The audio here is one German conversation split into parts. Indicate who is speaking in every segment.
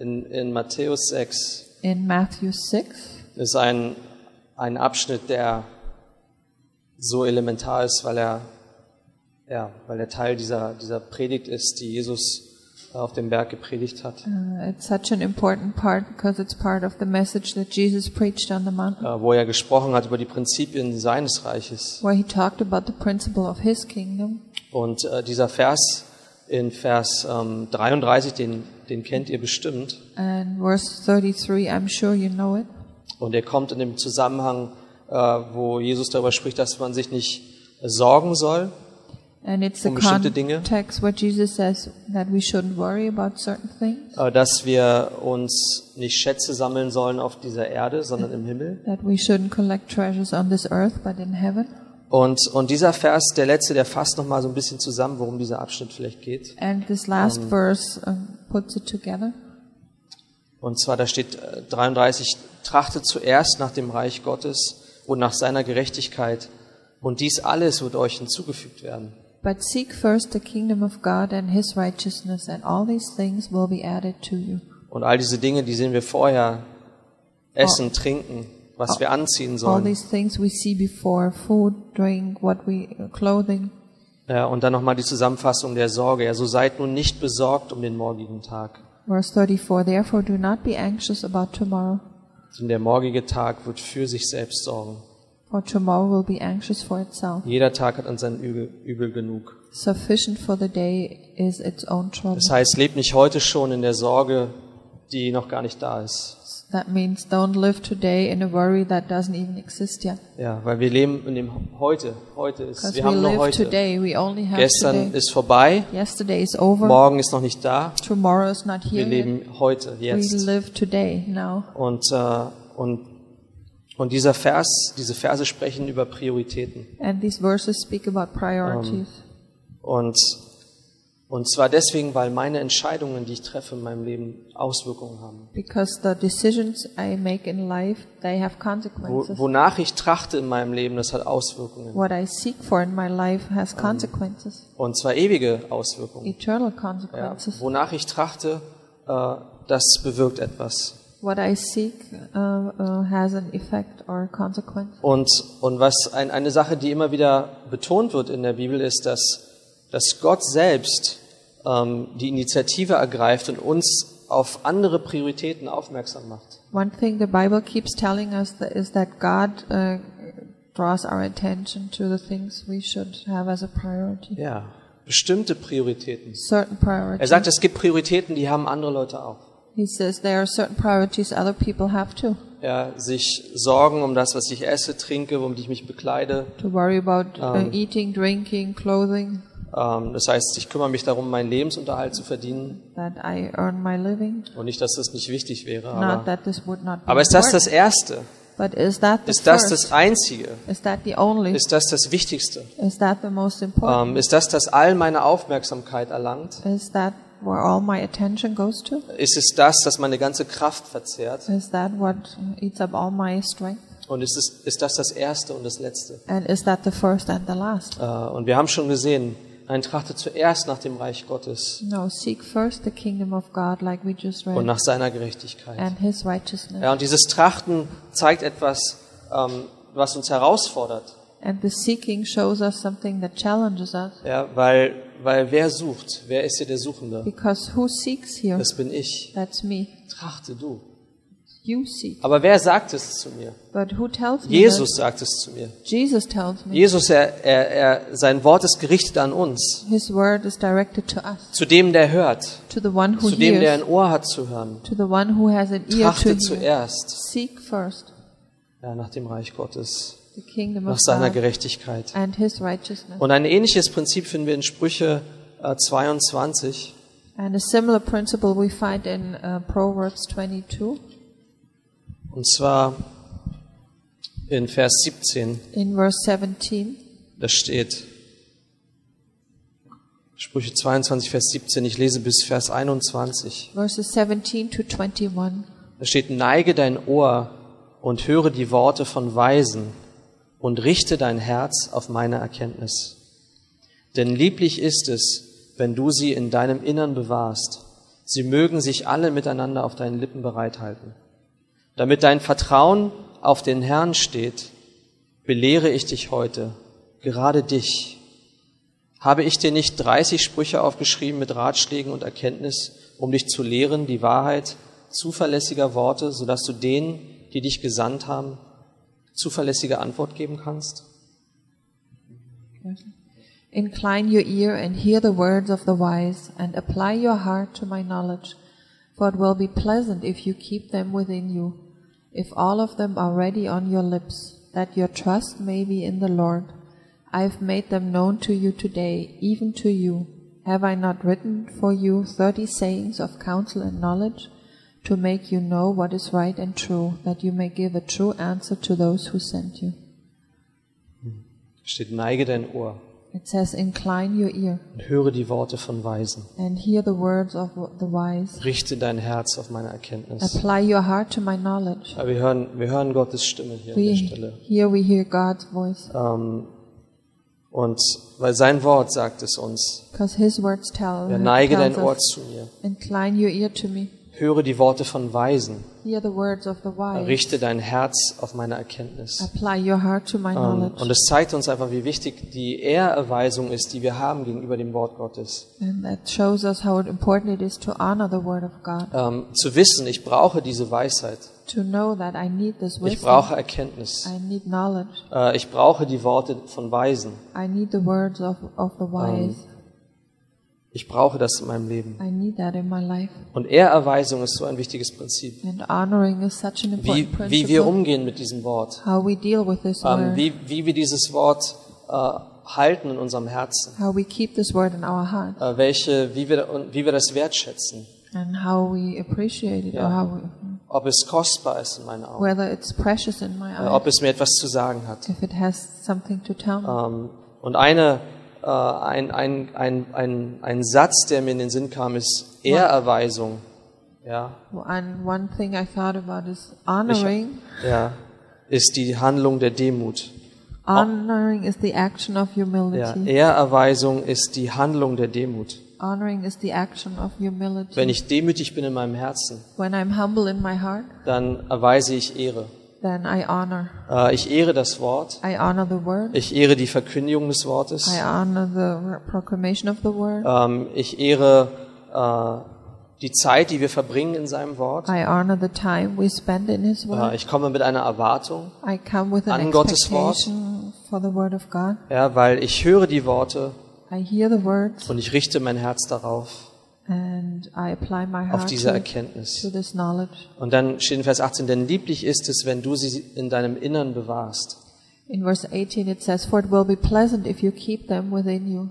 Speaker 1: In, in Matthäus 6
Speaker 2: In Matthew 6,
Speaker 1: ist ein, ein Abschnitt, der so elementar ist, weil er, ja, weil er Teil dieser, dieser Predigt ist, die Jesus auf dem Berg gepredigt hat,
Speaker 2: uh, it's such an important part because it's part of the message that Jesus preached on the mountain,
Speaker 1: äh, wo er gesprochen hat über die Prinzipien seines Reiches.
Speaker 2: where he talked about the principle of his kingdom.
Speaker 1: Und äh, dieser Vers in Vers ähm, 33, den, den kennt ihr bestimmt.
Speaker 2: And verse 33, I'm sure you know it.
Speaker 1: Und er kommt in dem Zusammenhang, äh, wo Jesus darüber spricht, dass man sich nicht sorgen soll.
Speaker 2: And it's the
Speaker 1: Um bestimmte Dinge.
Speaker 2: context where Jesus says that we shouldn't worry about certain things,
Speaker 1: äh, dass wir uns nicht Schätze sammeln sollen auf dieser Erde, sondern im Himmel.
Speaker 2: that we shouldn't collect treasures on this earth but in heaven.
Speaker 1: Und, und dieser Vers, der letzte, der fasst nochmal so ein bisschen zusammen, worum dieser Abschnitt vielleicht geht.
Speaker 2: And this last verse um, puts it together.
Speaker 1: Und zwar, da steht äh, 33, trachtet zuerst nach dem Reich Gottes und nach seiner Gerechtigkeit. Und dies alles wird euch hinzugefügt werden.
Speaker 2: But seek first the kingdom of God and his righteousness, and all these things will be added to you.
Speaker 1: Und all diese Dinge, die sehen wir vorher. Essen, trinken, was wir anziehen
Speaker 2: Oh. All
Speaker 1: sollen.
Speaker 2: these things we see before food, drink, what we clothing.
Speaker 1: Ja, und dann nochmal die Zusammenfassung der Sorge. Ja, so seid nun nicht besorgt um den morgigen Tag.
Speaker 2: Verse 34 Therefore, do not be anxious about tomorrow,
Speaker 1: Denn Also der morgige Tag wird für sich selbst sorgen.
Speaker 2: for tomorrow will be anxious for itself.
Speaker 1: Jeder Tag hat an seinem Übel, Übel genug.
Speaker 2: Sufficient for the day is its own trouble.
Speaker 1: Das heißt, lebt nicht heute schon in der Sorge, die noch gar nicht da ist.
Speaker 2: That means don't live today in a worry that doesn't even exist yet.
Speaker 1: Ja, weil wir leben in dem Heute. Heute ist,
Speaker 2: Because
Speaker 1: wir
Speaker 2: we
Speaker 1: haben nur
Speaker 2: live
Speaker 1: heute.
Speaker 2: today, we only have
Speaker 1: Gestern
Speaker 2: today.
Speaker 1: ist vorbei,
Speaker 2: Yesterday is over.
Speaker 1: morgen ist noch nicht da.
Speaker 2: Tomorrow is not
Speaker 1: Wir
Speaker 2: here. yet.
Speaker 1: leben heute,
Speaker 2: We
Speaker 1: jetzt.
Speaker 2: live today now.
Speaker 1: Und, äh, und, und dieser Vers, diese Verse sprechen über Prioritäten.
Speaker 2: And these verses speak about priorities.
Speaker 1: Und, und zwar deswegen, weil meine Entscheidungen, die ich treffe in meinem Leben, Auswirkungen haben.
Speaker 2: because the decisions I make in life, they have
Speaker 1: Wo,
Speaker 2: consequences.
Speaker 1: wonach ich trachte in meinem Leben, das hat Auswirkungen.
Speaker 2: What I seek for in my life has consequences,
Speaker 1: Und zwar ewige Auswirkungen.
Speaker 2: eternal
Speaker 1: Ja.
Speaker 2: consequences.
Speaker 1: Wonach ich trachte, äh, das bewirkt etwas.
Speaker 2: What I seek uh, uh, has an effect or consequence.
Speaker 1: Und, und was ein, eine Sache, die immer wieder betont wird in der Bibel, ist, dass, dass Gott selbst ähm, die Initiative ergreift und uns auf andere Prioritäten aufmerksam macht.
Speaker 2: One thing the Bible keeps telling us that is that God uh, draws our attention to the things we should have as a priority,
Speaker 1: Ja. Bestimmte Prioritäten.
Speaker 2: certain
Speaker 1: Er
Speaker 2: priorities.
Speaker 1: sagt, es gibt Prioritäten, die haben andere Leute auch.
Speaker 2: He says there are certain priorities other people have too.
Speaker 1: Ja, sich Sorgen um das, was ich esse, trinke, womit ich mich bekleide.
Speaker 2: To worry about uh, eating, drinking, clothing,
Speaker 1: Ähm, das heißt, ich kümmere mich darum, meinen Lebensunterhalt zu verdienen.
Speaker 2: that I earn my living.
Speaker 1: Und nicht, dass das nicht wichtig wäre.
Speaker 2: Not
Speaker 1: Aber,
Speaker 2: that this would not be
Speaker 1: aber ist das das
Speaker 2: important,
Speaker 1: Erste?
Speaker 2: but is that the
Speaker 1: Ist das
Speaker 2: first?
Speaker 1: das Einzige?
Speaker 2: Is that the only?
Speaker 1: Ist das das Wichtigste?
Speaker 2: Is that the most important?
Speaker 1: Ähm, ist das, das all meine Aufmerksamkeit erlangt?
Speaker 2: Is that where all my attention goes to?
Speaker 1: Ist es das, das meine ganze Kraft verzehrt?
Speaker 2: Is that what eats up all my strength?
Speaker 1: Und ist, es, ist das das Erste und das Letzte?
Speaker 2: And is that the first and the last?
Speaker 1: Äh, und wir haben schon gesehen, ein trachte zuerst nach dem Reich Gottes
Speaker 2: No, seek first the kingdom of God, like we just
Speaker 1: und
Speaker 2: read,
Speaker 1: nach seiner Gerechtigkeit.
Speaker 2: and His righteousness.
Speaker 1: Ja, und dieses Trachten zeigt etwas, ähm, was uns herausfordert.
Speaker 2: And the seeking shows us something that challenges us,
Speaker 1: Ja, weil, weil wer sucht? Wer ist hier der Suchende?
Speaker 2: because who seeks here?
Speaker 1: Das bin ich.
Speaker 2: That's me.
Speaker 1: Trachte du.
Speaker 2: You seek,
Speaker 1: Aber wer sagt es zu mir?
Speaker 2: but who tells me?
Speaker 1: Jesus sagt es zu mir.
Speaker 2: that? Jesus tells me.
Speaker 1: Jesus, er, er, er, sein Wort ist gerichtet an uns.
Speaker 2: His word is directed to us,
Speaker 1: Zu dem, der hört.
Speaker 2: to the one who
Speaker 1: Zu dem, der ein
Speaker 2: hears,
Speaker 1: Ohr hat zu hören.
Speaker 2: to the one who has an ear to
Speaker 1: Trachte
Speaker 2: hear.
Speaker 1: zuerst
Speaker 2: Seek first
Speaker 1: ja, nach dem Reich Gottes,
Speaker 2: the kingdom
Speaker 1: nach
Speaker 2: of
Speaker 1: seiner
Speaker 2: God
Speaker 1: Gerechtigkeit.
Speaker 2: and his righteousness.
Speaker 1: Und ein ähnliches Prinzip finden wir in Sprüche äh, 22.
Speaker 2: And a similar principle we find in uh, Proverbs 22
Speaker 1: Und zwar in Vers 17,
Speaker 2: in verse 17.
Speaker 1: da steht Sprüche 22, Vers 17, ich lese bis Vers 21.
Speaker 2: Verses 17 to 21.
Speaker 1: Da steht, neige dein Ohr und höre die Worte von Weisen und richte dein Herz auf meine Erkenntnis. Denn lieblich ist es, wenn du sie in deinem Innern bewahrst, Sie mögen sich alle miteinander auf deinen Lippen bereithalten. Damit dein Vertrauen auf den Herrn steht, belehre ich dich heute, gerade dich. Habe ich dir nicht 30 Sprüche aufgeschrieben mit Ratschlägen und Erkenntnis, um dich zu lehren, die Wahrheit zuverlässiger Worte, sodass du denen, die dich gesandt haben, zuverlässige Antwort geben kannst?
Speaker 2: Incline your ear and hear the words of the wise, and apply your heart to my knowledge, for it will be pleasant if you keep them within you, if all of them are ready on your lips, that your trust may be in the Lord. I have made them known to you today, even to you. Have I not written for you thirty sayings of counsel and knowledge, to make you know what is right and true, that you may give a true answer to those who sent you?
Speaker 1: Steht, neige dein Ohr
Speaker 2: It says, Incline your ear
Speaker 1: und höre die Worte von Weisen.
Speaker 2: and hear the words of the wise.
Speaker 1: Richte dein Herz auf meine Erkenntnis.
Speaker 2: Apply your heart to my knowledge.
Speaker 1: Aber wir hören, wir hören Gottes Stimme hier an
Speaker 2: We,
Speaker 1: der Stelle.
Speaker 2: here we hear God's voice
Speaker 1: Ähm, und weil sein Wort sagt es uns.
Speaker 2: because His words tell
Speaker 1: Ja, neige
Speaker 2: tells
Speaker 1: dein Ohr
Speaker 2: us,
Speaker 1: zu mir.
Speaker 2: Incline your ear to me.
Speaker 1: Höre die Worte von Weisen.
Speaker 2: Hear the words of the wise.
Speaker 1: Richte dein Herz auf meine Erkenntnis.
Speaker 2: Apply your heart to my
Speaker 1: Ähm,
Speaker 2: knowledge.
Speaker 1: und es zeigt uns einfach, wie wichtig die Ehrerweisung ist, die wir haben gegenüber dem Wort Gottes.
Speaker 2: and that shows us how important it is to honor the word of God.
Speaker 1: Ähm, zu wissen, ich brauche diese Weisheit.
Speaker 2: To know that I need this
Speaker 1: Ich
Speaker 2: wisdom.
Speaker 1: brauche Erkenntnis.
Speaker 2: I need knowledge.
Speaker 1: Äh, ich brauche die Worte von Weisen.
Speaker 2: I need the words of, of
Speaker 1: Um,
Speaker 2: the wise.
Speaker 1: Ich brauche das in meinem Leben.
Speaker 2: I need that in my life.
Speaker 1: Und Ehrerweisung ist so ein wichtiges Prinzip.
Speaker 2: And honoring is such an
Speaker 1: Wie,
Speaker 2: important
Speaker 1: wie wir
Speaker 2: principle.
Speaker 1: umgehen mit diesem Wort.
Speaker 2: how we deal with this
Speaker 1: ähm,
Speaker 2: word.
Speaker 1: wie, wie wir dieses Wort äh, halten in unserem Herzen,
Speaker 2: how we keep this word in our heart.
Speaker 1: äh, welche, wie, wir, und wie wir das wertschätzen,
Speaker 2: and how we appreciate it,
Speaker 1: Ja.
Speaker 2: or how we,
Speaker 1: ob es kostbar ist in meinen Augen,
Speaker 2: whether it's precious in my
Speaker 1: äh,
Speaker 2: eyes,
Speaker 1: ob es mir etwas zu sagen hat.
Speaker 2: if it has something to tell me.
Speaker 1: Ähm, und eine, äh, ein, ein, ein, ein, ein Satz, der mir in den Sinn kam, ist Ehrerweisung. Ja,
Speaker 2: and one thing I thought about is honoring.
Speaker 1: ja, ist die Handlung der Demut.
Speaker 2: Honoring is the action of
Speaker 1: Ja,
Speaker 2: humility.
Speaker 1: Ehrerweisung ist die Handlung der Demut.
Speaker 2: Honoring is the action of humility.
Speaker 1: Wenn ich demütig bin in meinem Herzen,
Speaker 2: when I'm humble in my heart,
Speaker 1: dann erweise ich Ehre.
Speaker 2: then I honor.
Speaker 1: Äh, ich ehre das Wort.
Speaker 2: I honor the word.
Speaker 1: Ich ehre die Verkündigung des
Speaker 2: I
Speaker 1: Wortes.
Speaker 2: honor the proclamation of the word.
Speaker 1: Ähm, ich ehre äh, die Zeit, die wir verbringen in seinem Wort.
Speaker 2: I honor the time we spend in His
Speaker 1: Äh,
Speaker 2: word.
Speaker 1: ich komme mit einer Erwartung,
Speaker 2: I come with an
Speaker 1: an Gottes Wort.
Speaker 2: expectation for the word of God.
Speaker 1: ja, weil ich höre die Worte
Speaker 2: I hear the words
Speaker 1: und ich richte mein Herz darauf,
Speaker 2: and I apply my
Speaker 1: auf
Speaker 2: heart
Speaker 1: diese
Speaker 2: to, to
Speaker 1: Erkenntnis.
Speaker 2: this knowledge.
Speaker 1: Und dann steht in Vers 18, denn lieblich ist es, wenn du sie in deinem Innern bewahrst.
Speaker 2: In verse 18 it says, For it will be pleasant if you keep them within you.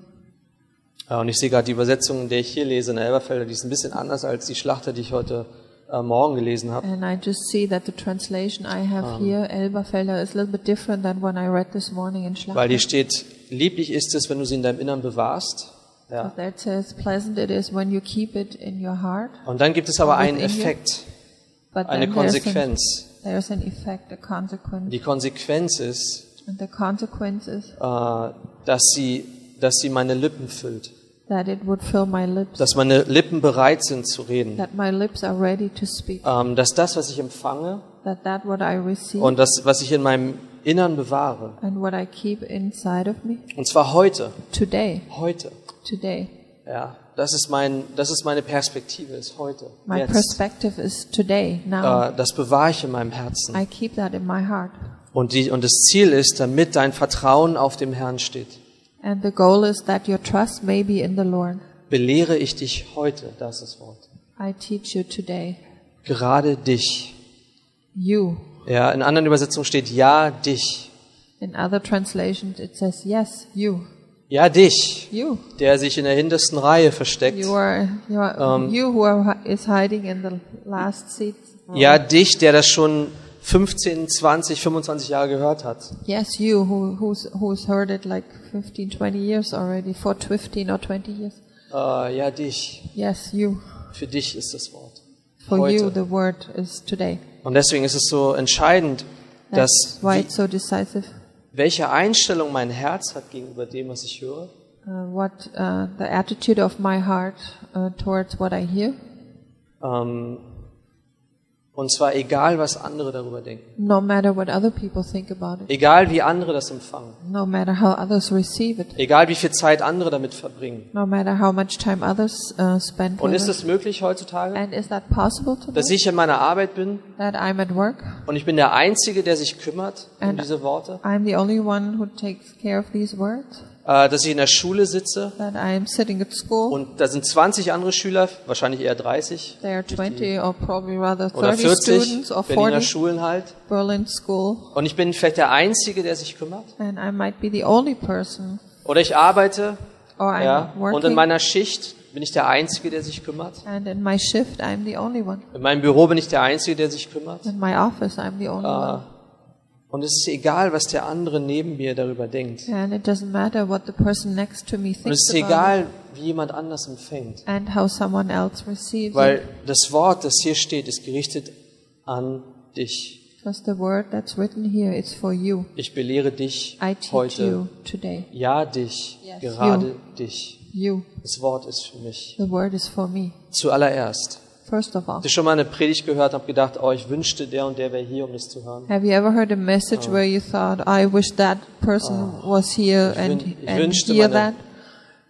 Speaker 1: Äh, und ich sehe gerade die Übersetzung, in der ich hier lese, in der Elberfelder, die ist ein bisschen anders als die Schlachter, die ich heute äh, Morgen gelesen habe.
Speaker 2: And I just see that the translation I have
Speaker 1: Um,
Speaker 2: here, Elberfelder, is a little bit different than when I read this morning in
Speaker 1: Weil
Speaker 2: Schlacht.
Speaker 1: hier steht, lieblich ist es, wenn du sie in deinem Innern bewahrst. Ja.
Speaker 2: But That says, pleasant it is when you keep it in your heart.
Speaker 1: Und dann gibt es aber einen
Speaker 2: Within you.
Speaker 1: Effekt,
Speaker 2: But
Speaker 1: eine
Speaker 2: then there's an,
Speaker 1: Konsequenz.
Speaker 2: there's an effect, a consequence.
Speaker 1: Die Konsequenz ist,
Speaker 2: And the consequence is
Speaker 1: äh, dass sie, dass sie meine Lippen füllt,
Speaker 2: that it would fill my lips,
Speaker 1: dass meine Lippen bereit sind zu reden,
Speaker 2: that my lips are ready to speak,
Speaker 1: ähm, dass das, was ich empfange
Speaker 2: that that what I receive
Speaker 1: und das, was ich in meinem Innern bewahre,
Speaker 2: and what I keep inside of me
Speaker 1: und zwar heute,
Speaker 2: today,
Speaker 1: heute,
Speaker 2: today.
Speaker 1: ja, das ist mein, das ist meine Perspektive, ist heute,
Speaker 2: My
Speaker 1: jetzt.
Speaker 2: perspective is today, now.
Speaker 1: Äh, das bewahre ich in meinem Herzen.
Speaker 2: I keep that in my heart.
Speaker 1: Und, die, und das Ziel ist, damit dein Vertrauen auf dem Herrn steht.
Speaker 2: And the goal is that your trust may be in the Lord.
Speaker 1: Belehre ich dich heute, das ist das Wort.
Speaker 2: I teach you today.
Speaker 1: Gerade dich.
Speaker 2: You.
Speaker 1: Ja, in anderen Übersetzungen steht ja dich.
Speaker 2: In other translations, it says, yes, you.
Speaker 1: Ja dich,
Speaker 2: You.
Speaker 1: der sich in der hintersten Reihe versteckt.
Speaker 2: You are, you, are, you who are, hi- is hiding in the last seat.
Speaker 1: Ja dich, der das schon 15, 20, 25 Jahre gehört hat.
Speaker 2: Yes, you who, who's, who's heard it like 15, 20 years already, for 15 or 20 years.
Speaker 1: Äh, ja dich,
Speaker 2: Yes, you.
Speaker 1: für dich ist das Wort.
Speaker 2: For you,
Speaker 1: Heute.
Speaker 2: the word is today.
Speaker 1: Und deswegen ist es so entscheidend, dass
Speaker 2: That's why
Speaker 1: wie,
Speaker 2: it's so decisive.
Speaker 1: welche Einstellung mein Herz hat gegenüber dem, was ich höre,
Speaker 2: Uh, what uh, the attitude of my heart uh, towards what I hear
Speaker 1: Ähm, und zwar egal, was andere darüber denken.
Speaker 2: no matter what other people think about it,
Speaker 1: Egal, wie andere das empfangen.
Speaker 2: no matter how others receive it,
Speaker 1: Egal, wie viel Zeit andere damit verbringen.
Speaker 2: no matter how much time others uh, spend
Speaker 1: Und
Speaker 2: with
Speaker 1: ist
Speaker 2: it.
Speaker 1: es möglich heutzutage,
Speaker 2: And is that possible to
Speaker 1: dass
Speaker 2: me?
Speaker 1: ich in meiner Arbeit bin
Speaker 2: That I'm at work,
Speaker 1: und ich bin der Einzige, der sich kümmert um
Speaker 2: And-
Speaker 1: diese Worte?
Speaker 2: I'm the only one who takes care of these words,
Speaker 1: Äh, dass ich in der Schule sitze
Speaker 2: that I'm sitting at school,
Speaker 1: und da sind 20 andere Schüler, wahrscheinlich eher 30
Speaker 2: there are 20 or probably rather
Speaker 1: oder
Speaker 2: 30
Speaker 1: 40
Speaker 2: students or
Speaker 1: Berliner
Speaker 2: 40
Speaker 1: Schulen halt.
Speaker 2: Berlin school,
Speaker 1: Und ich bin vielleicht der Einzige, der sich kümmert.
Speaker 2: and I might be the only person,
Speaker 1: Oder ich arbeite
Speaker 2: or I'm
Speaker 1: ja, und in
Speaker 2: working,
Speaker 1: meiner Schicht bin ich der Einzige, der sich kümmert.
Speaker 2: and in my shift I'm the only one.
Speaker 1: In meinem Büro bin ich der Einzige, der sich kümmert.
Speaker 2: In my office I'm the only
Speaker 1: Äh,
Speaker 2: one,
Speaker 1: und es ist egal, was der andere neben mir darüber denkt.
Speaker 2: and it doesn't matter what the person next to me
Speaker 1: Und es
Speaker 2: thinks
Speaker 1: ist
Speaker 2: about it, Mhm.
Speaker 1: egal, wie jemand anders empfängt.
Speaker 2: and how someone else receives it.
Speaker 1: Weil das Wort, das hier steht, ist gerichtet an dich.
Speaker 2: Because the word that's written here is for you.
Speaker 1: Ich belehre dich
Speaker 2: I teach
Speaker 1: heute.
Speaker 2: you today.
Speaker 1: Ja, dich.
Speaker 2: Yes,
Speaker 1: Gerade dich.
Speaker 2: You.
Speaker 1: Das Wort ist für mich.
Speaker 2: The word is for me.
Speaker 1: Zuallererst.
Speaker 2: First of all.
Speaker 1: Habt ihr schon mal eine Predigt gehört und habt gedacht, oh, ich wünschte, der und der wäre hier, um das zu hören?
Speaker 2: Have you ever heard a message
Speaker 1: Oh.
Speaker 2: where you thought, I wish that person was here
Speaker 1: Ich,
Speaker 2: and,
Speaker 1: wün ich,
Speaker 2: and
Speaker 1: wünschte,
Speaker 2: hear
Speaker 1: meine,
Speaker 2: that?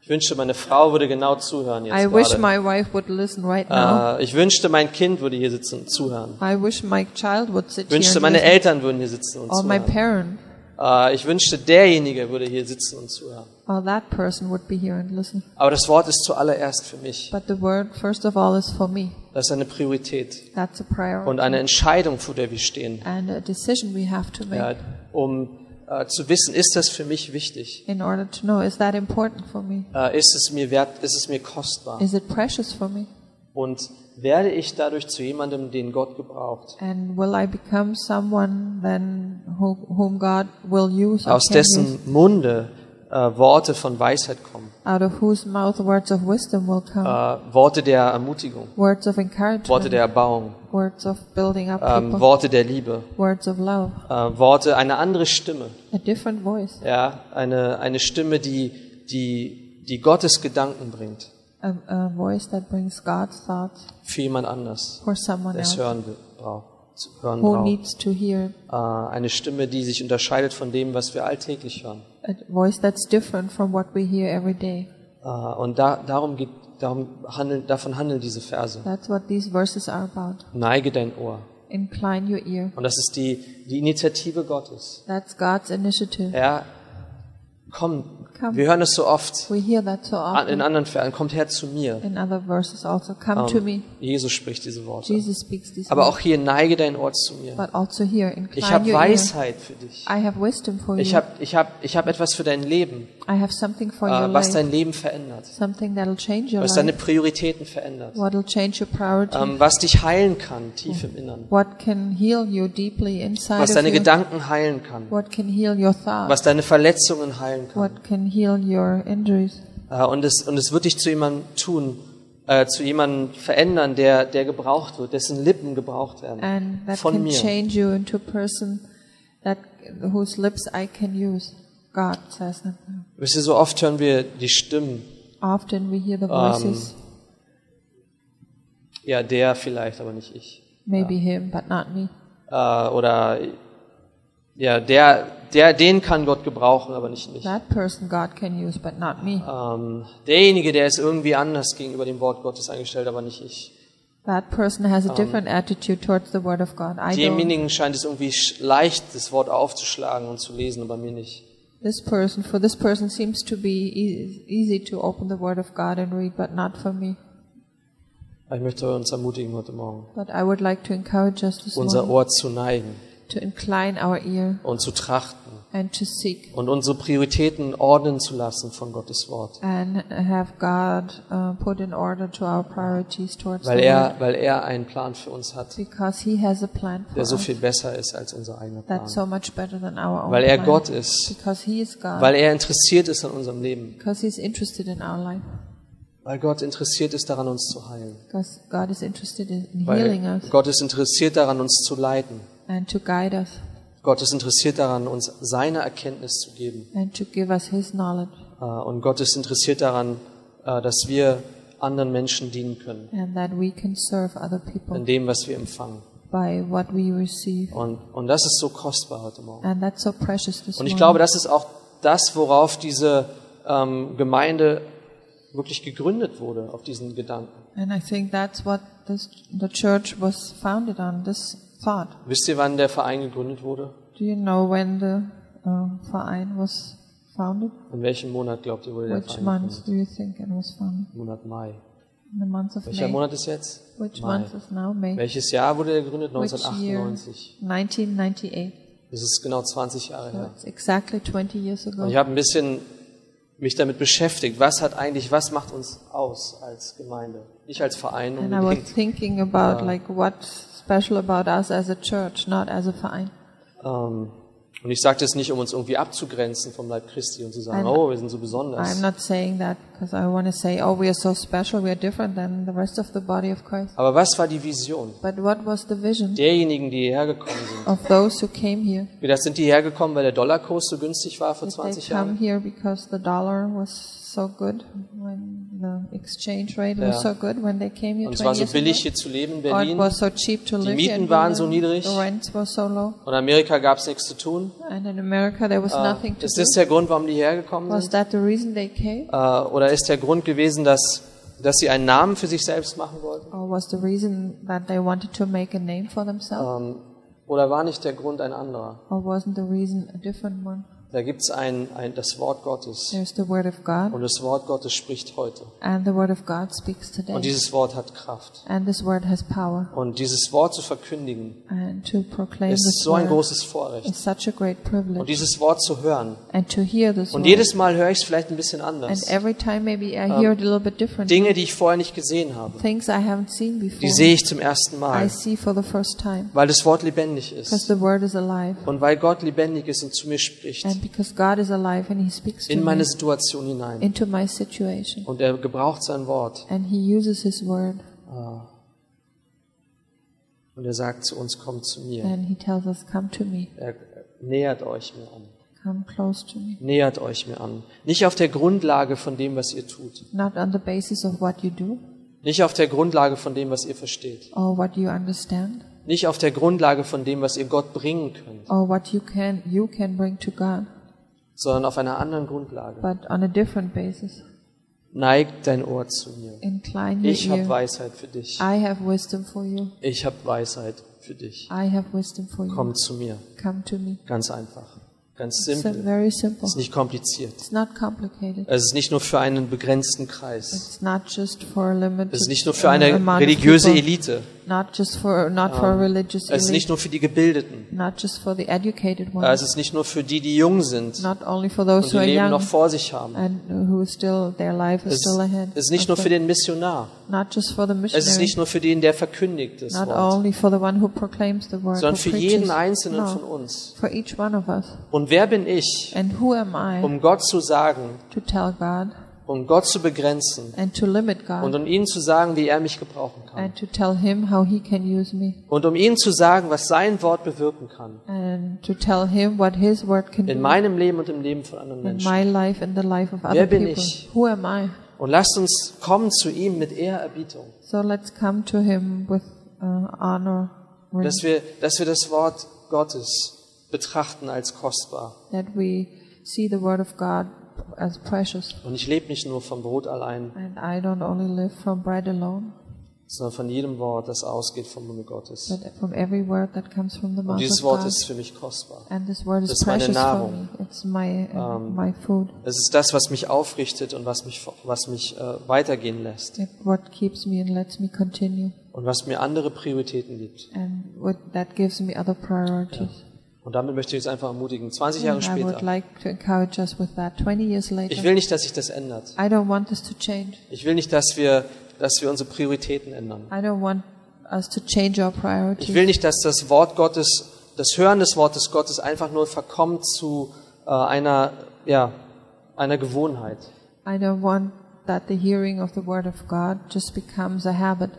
Speaker 1: ich wünschte, meine Frau würde genau zuhören jetzt
Speaker 2: I wish
Speaker 1: gerade.
Speaker 2: my wife would listen right now.
Speaker 1: Äh, ich wünschte, mein Kind würde hier sitzen und zuhören.
Speaker 2: I wish my child would sit
Speaker 1: Ich wünschte,
Speaker 2: here
Speaker 1: meine
Speaker 2: and listen,
Speaker 1: Eltern würden hier sitzen und
Speaker 2: or my
Speaker 1: zuhören.
Speaker 2: parent
Speaker 1: Äh, ich wünschte, derjenige würde hier sitzen und zuhören.
Speaker 2: or that person would be here and listen.
Speaker 1: Aber das Wort ist zuallererst für mich.
Speaker 2: But the word, first of all, is for me.
Speaker 1: Das ist eine Priorität
Speaker 2: That's a priority
Speaker 1: und eine Entscheidung, vor der wir stehen,
Speaker 2: and a decision we have to make
Speaker 1: ja, um äh, zu wissen, ist das für mich wichtig?
Speaker 2: in order to know, is that important for me?
Speaker 1: Äh, ist es mir wert? Ist es mir kostbar?
Speaker 2: Is it precious for me?
Speaker 1: Und werde ich dadurch zu jemandem, den Gott gebraucht?
Speaker 2: And will I become someone then who, whom God will use? or
Speaker 1: Aus
Speaker 2: can use?
Speaker 1: dessen Munde äh, Worte von Weisheit kommen,
Speaker 2: out of whose mouth words of wisdom will come,
Speaker 1: äh, Worte der Ermutigung,
Speaker 2: words of encouragement,
Speaker 1: Worte der Erbauung,
Speaker 2: words of building up
Speaker 1: ähm,
Speaker 2: people,
Speaker 1: Worte der Liebe,
Speaker 2: words of love,
Speaker 1: äh, Worte, eine andere Stimme,
Speaker 2: a different voice,
Speaker 1: ja, eine, eine Stimme, die, die, die Gottes Gedanken bringt
Speaker 2: a, a voice that brings God's thoughts
Speaker 1: für jemand anders.
Speaker 2: for someone
Speaker 1: es
Speaker 2: else
Speaker 1: hören will- braucht, zu hören
Speaker 2: who
Speaker 1: braucht.
Speaker 2: needs to hear
Speaker 1: Äh, Eine Stimme, die sich unterscheidet von dem, was wir alltäglich hören.
Speaker 2: a voice that's different from what we hear every day.
Speaker 1: Äh, Und da, darum geht, darum handeln, davon handeln diese Verse.
Speaker 2: That's what these verses are about.
Speaker 1: Neige dein Ohr.
Speaker 2: Incline your ear.
Speaker 1: Und das ist die, die Initiative Gottes.
Speaker 2: That's God's initiative.
Speaker 1: Ja, komm,
Speaker 2: Komm.
Speaker 1: wir hören es so oft
Speaker 2: We hear that so
Speaker 1: an-
Speaker 2: often
Speaker 1: in anderen Versen. Kommt her zu mir. Ähm,
Speaker 2: in other verses also. Come to
Speaker 1: Um,
Speaker 2: me.
Speaker 1: Jesus spricht diese Worte.
Speaker 2: Jesus speaks these
Speaker 1: Aber
Speaker 2: words.
Speaker 1: auch hier neige dein Ohr zu mir.
Speaker 2: But also here, incline
Speaker 1: Ich habe
Speaker 2: your ear.
Speaker 1: Weisheit für dich.
Speaker 2: I have wisdom for
Speaker 1: Ich
Speaker 2: you.
Speaker 1: habe ich hab, ich hab etwas für dein Leben,
Speaker 2: I have something for
Speaker 1: äh,
Speaker 2: your
Speaker 1: was
Speaker 2: life.
Speaker 1: dein Leben verändert.
Speaker 2: Something that'll change your
Speaker 1: was deine
Speaker 2: life.
Speaker 1: Prioritäten verändert,
Speaker 2: What'll change your priority.
Speaker 1: ähm, was dich heilen kann tief im Innern,
Speaker 2: what can heal you deeply inside
Speaker 1: was
Speaker 2: of
Speaker 1: deine
Speaker 2: you.
Speaker 1: Gedanken heilen kann,
Speaker 2: what can heal your thoughts.
Speaker 1: was deine Verletzungen heilen kann.
Speaker 2: what can heal your injuries.
Speaker 1: Äh, und, es, und es wird dich zu jemandem tun, äh, zu jemandem verändern, der, der gebraucht wird, dessen Lippen gebraucht werden.
Speaker 2: And that
Speaker 1: Von
Speaker 2: can
Speaker 1: mir.
Speaker 2: change you into a person that whose lips I can use. God says that.
Speaker 1: Wisst ihr, so oft hören wir die Stimmen,
Speaker 2: Often we hear the
Speaker 1: Um,
Speaker 2: voices,
Speaker 1: ja, der vielleicht, aber nicht ich.
Speaker 2: maybe him, but not me.
Speaker 1: Äh, oder, ja, der, der, den kann Gott gebrauchen, aber nicht mich.
Speaker 2: That person God can use, but not me.
Speaker 1: Ähm, derjenige, der ist irgendwie anders gegenüber dem Wort Gottes eingestellt, aber nicht ich.
Speaker 2: That person has
Speaker 1: Um,
Speaker 2: a different attitude towards the word of God. I don't.
Speaker 1: Demjenigen scheint es irgendwie sch- leicht, das Wort aufzuschlagen und zu lesen, aber mir nicht.
Speaker 2: This person, for this person seems to be e- easy to open the Word of God and read, but not for me.
Speaker 1: Aber Ich möchte uns ermutigen heute Morgen,
Speaker 2: But I would like to encourage us this
Speaker 1: unser
Speaker 2: morning
Speaker 1: Ohr zu neigen
Speaker 2: to incline our ear
Speaker 1: und zu trachten
Speaker 2: and to seek
Speaker 1: und unsere Prioritäten ordnen zu lassen von Gottes Wort,
Speaker 2: and have God uh, put in order to our priorities towards
Speaker 1: weil
Speaker 2: the
Speaker 1: er,
Speaker 2: Word,
Speaker 1: weil er einen Plan für uns hat,
Speaker 2: because He has a plan for
Speaker 1: der so
Speaker 2: us
Speaker 1: viel besser ist als unser eigener
Speaker 2: that's
Speaker 1: Plan.
Speaker 2: so much better than our own
Speaker 1: Weil er
Speaker 2: plan.
Speaker 1: Gott ist,
Speaker 2: because He is God,
Speaker 1: weil er interessiert ist an unserem Leben,
Speaker 2: because He's interested in our life,
Speaker 1: weil Gott interessiert ist daran, uns zu heilen,
Speaker 2: because God is interested in in healing
Speaker 1: weil
Speaker 2: us
Speaker 1: Gott ist interessiert daran, uns zu leiten,
Speaker 2: and to guide us
Speaker 1: Gott ist interessiert daran, uns seine Erkenntnis zu geben.
Speaker 2: and to give us His knowledge.
Speaker 1: Äh, Und Gott ist interessiert daran, äh, dass wir anderen Menschen dienen können,
Speaker 2: and that we can serve other
Speaker 1: in
Speaker 2: people
Speaker 1: dem, was wir empfangen.
Speaker 2: by what we receive.
Speaker 1: Und, und das ist so kostbar heute Morgen.
Speaker 2: And that's so precious this
Speaker 1: Und ich glaube,
Speaker 2: morning.
Speaker 1: das ist auch das, worauf diese ähm, Gemeinde wirklich gegründet wurde, auf diesen Gedanken.
Speaker 2: And I think that's what this, the church was founded on, this thought.
Speaker 1: Wisst ihr, wann der Verein gegründet wurde?
Speaker 2: Do you know when the um, Verein was founded?
Speaker 1: In welchem Monat, glaubt ihr, wurde der
Speaker 2: Which
Speaker 1: Verein gegründet?
Speaker 2: month do you think it was founded?
Speaker 1: Im Monat Mai.
Speaker 2: In the month of
Speaker 1: Welcher
Speaker 2: May.
Speaker 1: Monat ist jetzt?
Speaker 2: Which
Speaker 1: Mai.
Speaker 2: month is now May?
Speaker 1: Welches Jahr wurde er gegründet?
Speaker 2: Which year?
Speaker 1: 1998.
Speaker 2: 1998.
Speaker 1: Das ist genau 20 Jahre
Speaker 2: So
Speaker 1: her.
Speaker 2: it's exactly 20 years
Speaker 1: Und ich
Speaker 2: ago.
Speaker 1: habe ein bisschen mich damit beschäftigt, was hat eigentlich, was macht uns aus als Gemeinde? Nicht als Verein
Speaker 2: And I was
Speaker 1: unbedingt.
Speaker 2: thinking about like what's special about us as a church, not as a Verein.
Speaker 1: Ähm, und ich sage das nicht, um uns irgendwie abzugrenzen vom Leib Christi und zu sagen,
Speaker 2: Ein-
Speaker 1: oh, wir sind so
Speaker 2: I'm
Speaker 1: besonders.
Speaker 2: not saying that because I want to say, oh, we are so special, we are different than the rest of the body of Christ.
Speaker 1: Aber was war die Vision
Speaker 2: But what was the vision
Speaker 1: derjenigen, die hierher gekommen sind?
Speaker 2: of those who came here?
Speaker 1: Das sind die hergekommen, weil der Dollarkurs so günstig war vor
Speaker 2: Did they
Speaker 1: 20
Speaker 2: come
Speaker 1: Jahren?
Speaker 2: here because the dollar was so good when the exchange rate
Speaker 1: Ja.
Speaker 2: was so good when they came here
Speaker 1: Und es
Speaker 2: 20
Speaker 1: war so
Speaker 2: years
Speaker 1: billig
Speaker 2: ago?
Speaker 1: hier zu leben in
Speaker 2: Or it
Speaker 1: Berlin.
Speaker 2: was so cheap to
Speaker 1: Die
Speaker 2: live here in
Speaker 1: Mieten waren
Speaker 2: Berlin.
Speaker 1: so niedrig.
Speaker 2: The rents were so low.
Speaker 1: Und in Amerika gab es nichts zu tun. Äh,
Speaker 2: And in America there was nothing
Speaker 1: Ah,
Speaker 2: to
Speaker 1: Ist
Speaker 2: do.
Speaker 1: das der Grund, warum die hergekommen
Speaker 2: Was
Speaker 1: sind?
Speaker 2: that the reason they came?
Speaker 1: Äh, oder ist der Grund gewesen, dass, dass sie einen Namen für sich selbst machen wollten?
Speaker 2: Or was the reason that they wanted to make a name for themselves?
Speaker 1: Ähm, oder war nicht der Grund ein anderer?
Speaker 2: Or wasn't the reason a different one?
Speaker 1: Da gibt es ein, ein, das Wort Gottes.
Speaker 2: There's the Word of God,
Speaker 1: Und das Wort Gottes spricht heute.
Speaker 2: and the Word of God speaks
Speaker 1: Und
Speaker 2: today.
Speaker 1: dieses Wort hat Kraft.
Speaker 2: And this Word has power.
Speaker 1: Und dieses Wort zu verkündigen,
Speaker 2: And to proclaim
Speaker 1: ist
Speaker 2: this
Speaker 1: so ein
Speaker 2: Word
Speaker 1: großes Vorrecht.
Speaker 2: is such a great
Speaker 1: Und
Speaker 2: privilege.
Speaker 1: dieses Wort zu hören.
Speaker 2: And to hear this
Speaker 1: Und
Speaker 2: Word.
Speaker 1: jedes Mal höre ich es vielleicht ein bisschen
Speaker 2: And
Speaker 1: anders.
Speaker 2: every time maybe
Speaker 1: Um,
Speaker 2: I hear it a little bit different.
Speaker 1: Dinge, die ich vorher nicht gesehen habe,
Speaker 2: Things I haven't seen
Speaker 1: die
Speaker 2: before,
Speaker 1: sehe ich zum ersten
Speaker 2: I
Speaker 1: Mal,
Speaker 2: see for the first time.
Speaker 1: weil das Wort lebendig
Speaker 2: Because
Speaker 1: ist.
Speaker 2: the Word is alive.
Speaker 1: Und weil Gott lebendig ist und zu mir spricht,
Speaker 2: And because God is alive and He speaks to
Speaker 1: in meine
Speaker 2: me
Speaker 1: Situation hinein.
Speaker 2: into my situation.
Speaker 1: Und er gebraucht sein Wort.
Speaker 2: And He uses His Word
Speaker 1: Und er sagt zu uns, kommt zu mir.
Speaker 2: and He tells us, Come to me,
Speaker 1: Er nähert euch mir an.
Speaker 2: come close to me.
Speaker 1: Nähert euch mir an. Nicht auf der Grundlage von dem, was ihr tut.
Speaker 2: Not on the basis of what you do
Speaker 1: Nicht auf der Grundlage von dem, was ihr versteht.
Speaker 2: or what you understand
Speaker 1: Nicht auf der Grundlage von dem, was ihr Gott bringen könnt,
Speaker 2: or what you can you can bring to God,
Speaker 1: sondern auf einer anderen Grundlage.
Speaker 2: but on a different basis.
Speaker 1: Neigt dein Ohr zu mir.
Speaker 2: Incline
Speaker 1: Ich
Speaker 2: your
Speaker 1: habe
Speaker 2: ear.
Speaker 1: Weisheit für dich.
Speaker 2: I have wisdom for you.
Speaker 1: Ich habe Weisheit für dich.
Speaker 2: I have wisdom for you.
Speaker 1: Komm zu mir.
Speaker 2: Come to me.
Speaker 1: Ganz einfach. Ganz
Speaker 2: It's
Speaker 1: simpel.
Speaker 2: very simple.
Speaker 1: Ist nicht kompliziert.
Speaker 2: It's not complicated.
Speaker 1: Es ist nicht nur für einen begrenzten Kreis.
Speaker 2: It's not just for a limited
Speaker 1: Es ist nicht nur für
Speaker 2: uh,
Speaker 1: eine
Speaker 2: amount of
Speaker 1: religiöse
Speaker 2: people.
Speaker 1: Elite.
Speaker 2: Not just for Um, not for a religious
Speaker 1: Es ist
Speaker 2: elite.
Speaker 1: nicht nur für die Gebildeten.
Speaker 2: Not just for the educated
Speaker 1: Es
Speaker 2: ones.
Speaker 1: ist nicht nur für die, die jung sind
Speaker 2: Not only for
Speaker 1: und
Speaker 2: those
Speaker 1: die
Speaker 2: who are
Speaker 1: Leben noch
Speaker 2: young
Speaker 1: vor sich haben.
Speaker 2: and who still their life is
Speaker 1: Es
Speaker 2: still ahead.
Speaker 1: ist nicht nur
Speaker 2: of
Speaker 1: für
Speaker 2: them.
Speaker 1: den Missionar.
Speaker 2: Not just for the
Speaker 1: Es ist
Speaker 2: missionary.
Speaker 1: nicht nur für den, der verkündigt das
Speaker 2: Not
Speaker 1: Wort,
Speaker 2: only for the one who proclaims the word,
Speaker 1: sondern
Speaker 2: who
Speaker 1: für
Speaker 2: preaches.
Speaker 1: jeden Einzelnen
Speaker 2: no,
Speaker 1: von uns.
Speaker 2: for each one of us.
Speaker 1: Und wer bin ich,
Speaker 2: And who am I
Speaker 1: um Gott zu sagen,
Speaker 2: to tell God
Speaker 1: um Gott zu begrenzen
Speaker 2: and to limit God
Speaker 1: und um ihm zu sagen, wie er mich gebrauchen kann?
Speaker 2: and to tell Him how He can use me
Speaker 1: Und um ihm zu sagen, was sein Wort bewirken kann
Speaker 2: and um, to tell Him what His word can
Speaker 1: in
Speaker 2: do
Speaker 1: meinem Leben und im Leben von anderen
Speaker 2: in
Speaker 1: Menschen.
Speaker 2: my life and the life of other
Speaker 1: bin
Speaker 2: people.
Speaker 1: ich?
Speaker 2: Who am I?
Speaker 1: Und lasst uns kommen zu ihm mit Ehrerbietung,
Speaker 2: So let's come to Him with uh, honor, with-
Speaker 1: dass wir, dass wir das Wort Gottes betrachten als kostbar.
Speaker 2: that we see the word of God as precious.
Speaker 1: Und ich lebe nicht nur vom Brot allein,
Speaker 2: And I don't only live from bread alone,
Speaker 1: sondern von jedem Wort, das ausgeht vom Munde Gottes.
Speaker 2: but from every word that comes from the
Speaker 1: Und
Speaker 2: mouth
Speaker 1: dieses
Speaker 2: of
Speaker 1: Wort
Speaker 2: God.
Speaker 1: ist für mich kostbar.
Speaker 2: And this word
Speaker 1: Das
Speaker 2: is
Speaker 1: ist meine
Speaker 2: precious for
Speaker 1: Nahrung. Um,
Speaker 2: me. It's my uh, my food.
Speaker 1: Es ist das, was mich aufrichtet und was mich, was mich äh, weitergehen lässt
Speaker 2: It, what keeps me and lets me continue,
Speaker 1: und was mir andere Prioritäten gibt.
Speaker 2: and what, that gives me other priorities.
Speaker 1: Und damit möchte ich es einfach ermutigen. 20 Jahre
Speaker 2: And I would
Speaker 1: später.
Speaker 2: like to encourage us with that. Twenty years later,
Speaker 1: Ich will nicht, dass sich das ändert.
Speaker 2: I don't want this to change.
Speaker 1: Ich will nicht, dass wir, dass wir unsere Prioritäten ändern.
Speaker 2: I don't want us to change our
Speaker 1: Ich
Speaker 2: priorities.
Speaker 1: will nicht, dass das Wort Gottes, das Hören des Wortes Gottes einfach nur verkommt zu äh, einer, ja, einer Gewohnheit.
Speaker 2: I don't want that the hearing of the word of God just becomes a habit.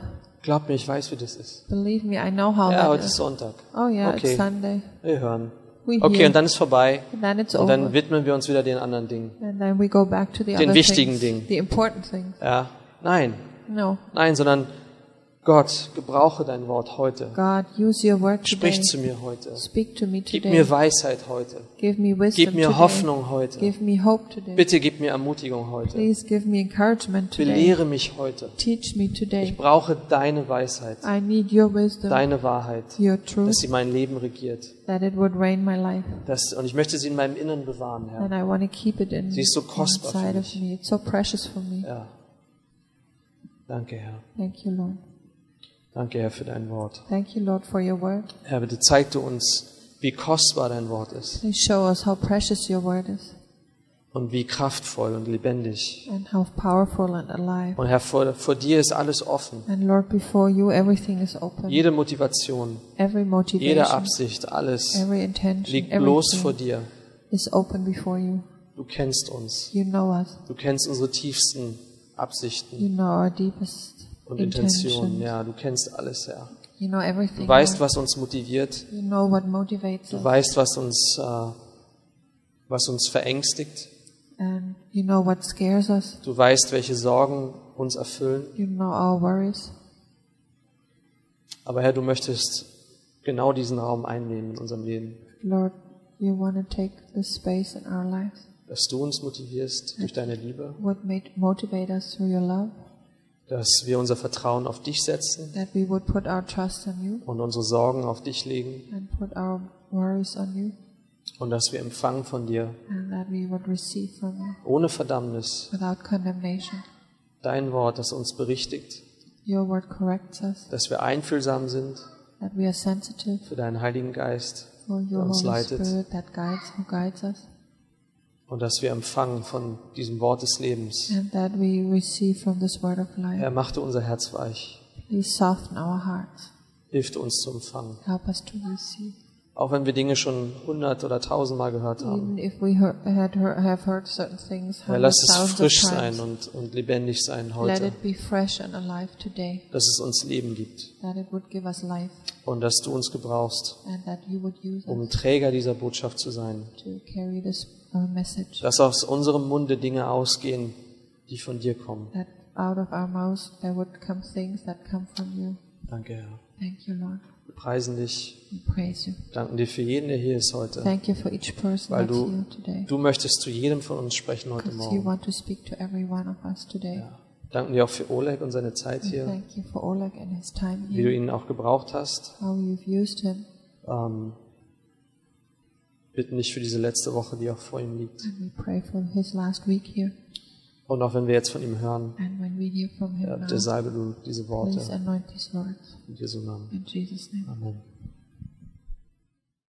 Speaker 1: Glaubt mir, ich weiß, wie das ist.
Speaker 2: Believe me, I know how
Speaker 1: Ja,
Speaker 2: that
Speaker 1: heute ist
Speaker 2: is.
Speaker 1: Sonntag.
Speaker 2: Oh yeah,
Speaker 1: Okay.
Speaker 2: it's Sunday.
Speaker 1: Wir hören.
Speaker 2: We
Speaker 1: Okay,
Speaker 2: hear, Oh.
Speaker 1: und dann ist vorbei.
Speaker 2: and then it's
Speaker 1: Und
Speaker 2: over,
Speaker 1: dann widmen wir uns wieder den anderen Dingen.
Speaker 2: and then we go back to the
Speaker 1: den
Speaker 2: other
Speaker 1: wichtigen
Speaker 2: things,
Speaker 1: Dingen.
Speaker 2: the important things.
Speaker 1: Ja, nein.
Speaker 2: No.
Speaker 1: Nein, sondern Gott, gebrauche dein Wort heute.
Speaker 2: God, use your word today.
Speaker 1: Sprich zu mir heute.
Speaker 2: Speak to me
Speaker 1: Gib
Speaker 2: today.
Speaker 1: mir Weisheit heute.
Speaker 2: Give me wisdom
Speaker 1: Gib mir
Speaker 2: today.
Speaker 1: Hoffnung heute.
Speaker 2: Give me hope today.
Speaker 1: Bitte gib mir Ermutigung heute.
Speaker 2: Please give me encouragement today.
Speaker 1: Belehre mich heute.
Speaker 2: Teach me
Speaker 1: Ich
Speaker 2: today.
Speaker 1: brauche deine Weisheit,
Speaker 2: I need your wisdom,
Speaker 1: deine Wahrheit,
Speaker 2: your
Speaker 1: dass
Speaker 2: truth,
Speaker 1: sie mein Leben regiert.
Speaker 2: that it would reign my life.
Speaker 1: Das, und ich möchte sie in meinem Innern bewahren, Herr.
Speaker 2: And I want to keep it in,
Speaker 1: Sie ist so kostbar für
Speaker 2: inside of
Speaker 1: mich.
Speaker 2: me. It's so precious for me.
Speaker 1: Ja. Danke, Herr.
Speaker 2: Thank you, Lord.
Speaker 1: Danke, Herr, für dein Wort.
Speaker 2: Thank you, Lord, for your word.
Speaker 1: Herr, bitte zeig du uns, wie kostbar dein Wort ist
Speaker 2: Please show us how precious your word is
Speaker 1: und wie kraftvoll und lebendig.
Speaker 2: and how powerful and alive.
Speaker 1: Und Herr, vor, vor dir ist alles offen.
Speaker 2: And Lord, before you, everything is open.
Speaker 1: Jede Motivation,
Speaker 2: every
Speaker 1: jede
Speaker 2: motivation,
Speaker 1: Absicht, alles
Speaker 2: every intention,
Speaker 1: liegt bloß vor
Speaker 2: everything
Speaker 1: dir.
Speaker 2: is open before you.
Speaker 1: Du kennst uns.
Speaker 2: You know us.
Speaker 1: Du kennst unsere tiefsten Absichten
Speaker 2: You know our deepest
Speaker 1: und Intentionen.
Speaker 2: intention.
Speaker 1: Ja, du kennst alles, Herr.
Speaker 2: You know everything.
Speaker 1: Du weißt,
Speaker 2: Lord.
Speaker 1: was uns motiviert.
Speaker 2: You know what motivates
Speaker 1: Du
Speaker 2: us,
Speaker 1: weißt, was uns, äh, was uns verängstigt.
Speaker 2: and you know what scares us.
Speaker 1: Du weißt, welche Sorgen uns erfüllen.
Speaker 2: You know our worries.
Speaker 1: Aber Herr, du möchtest genau diesen Raum einnehmen in unserem Leben,
Speaker 2: Lord, you want to take the space in our lives.
Speaker 1: dass du uns motivierst durch deine Liebe,
Speaker 2: What made motivate us through your love?
Speaker 1: dass wir unser Vertrauen auf dich setzen
Speaker 2: That we would put our trust in you
Speaker 1: und unsere Sorgen auf dich legen
Speaker 2: and put our worries on you,
Speaker 1: und dass wir empfangen von dir
Speaker 2: and that we would receive from you
Speaker 1: ohne Verdammnis
Speaker 2: without condemnation.
Speaker 1: dein Wort, das uns berichtigt,
Speaker 2: Your word corrects us.
Speaker 1: dass wir einfühlsam sind
Speaker 2: That we are sensitive
Speaker 1: für deinen Heiligen Geist
Speaker 2: for
Speaker 1: der
Speaker 2: your
Speaker 1: uns
Speaker 2: Holy
Speaker 1: leitet
Speaker 2: Spirit that guides who guides us,
Speaker 1: und dass wir empfangen von diesem Wort des Lebens.
Speaker 2: and that we receive from this word of life.
Speaker 1: Herr, machte unser Herz weich,
Speaker 2: Please soften our hearts.
Speaker 1: hilft uns zu empfangen,
Speaker 2: Help us to receive.
Speaker 1: auch wenn wir Dinge schon hundert oder tausendmal gehört haben.
Speaker 2: Even if we heard, had heard, have heard certain things
Speaker 1: Herr,
Speaker 2: hundred
Speaker 1: lass es
Speaker 2: thousands of
Speaker 1: frisch sein
Speaker 2: times,
Speaker 1: und, und lebendig sein
Speaker 2: let
Speaker 1: heute,
Speaker 2: it be fresh and alive today.
Speaker 1: dass es uns Leben gibt
Speaker 2: That it would give us life,
Speaker 1: und dass du uns gebrauchst,
Speaker 2: and that you would use
Speaker 1: um
Speaker 2: us
Speaker 1: Träger dieser Botschaft zu sein.
Speaker 2: to carry this uh, message.
Speaker 1: Dass aus unserem Munde Dinge ausgehen, die von dir kommen.
Speaker 2: That out of our mouths there would come things that come from you.
Speaker 1: Danke, Herr.
Speaker 2: Thank you, Lord.
Speaker 1: Wir preisen dich,
Speaker 2: We praise you.
Speaker 1: danken dir für jeden, der hier ist heute.
Speaker 2: Thank you for each person
Speaker 1: Weil
Speaker 2: that's
Speaker 1: du-
Speaker 2: here today.
Speaker 1: Du möchtest zu jedem von uns sprechen heute
Speaker 2: Because you
Speaker 1: Morgen.
Speaker 2: want to speak to every one of us today.
Speaker 1: Ja. Danken dir auch für Oleg und seine Zeit hier,
Speaker 2: Thank you for Oleg and his time
Speaker 1: wie du
Speaker 2: here,
Speaker 1: ihn auch gebraucht hast.
Speaker 2: how you've used him.
Speaker 1: Ähm, bitten dich für diese letzte Woche, die auch vor ihm liegt.
Speaker 2: And we pray for his last week here.
Speaker 1: Und auch wenn wir jetzt von ihm hören,
Speaker 2: And when we hear from him
Speaker 1: Ja,
Speaker 2: now,
Speaker 1: der salbe du diese
Speaker 2: please
Speaker 1: Worte
Speaker 2: anoint these words
Speaker 1: in Jesu Namen.
Speaker 2: in Jesus' name.
Speaker 1: Amen.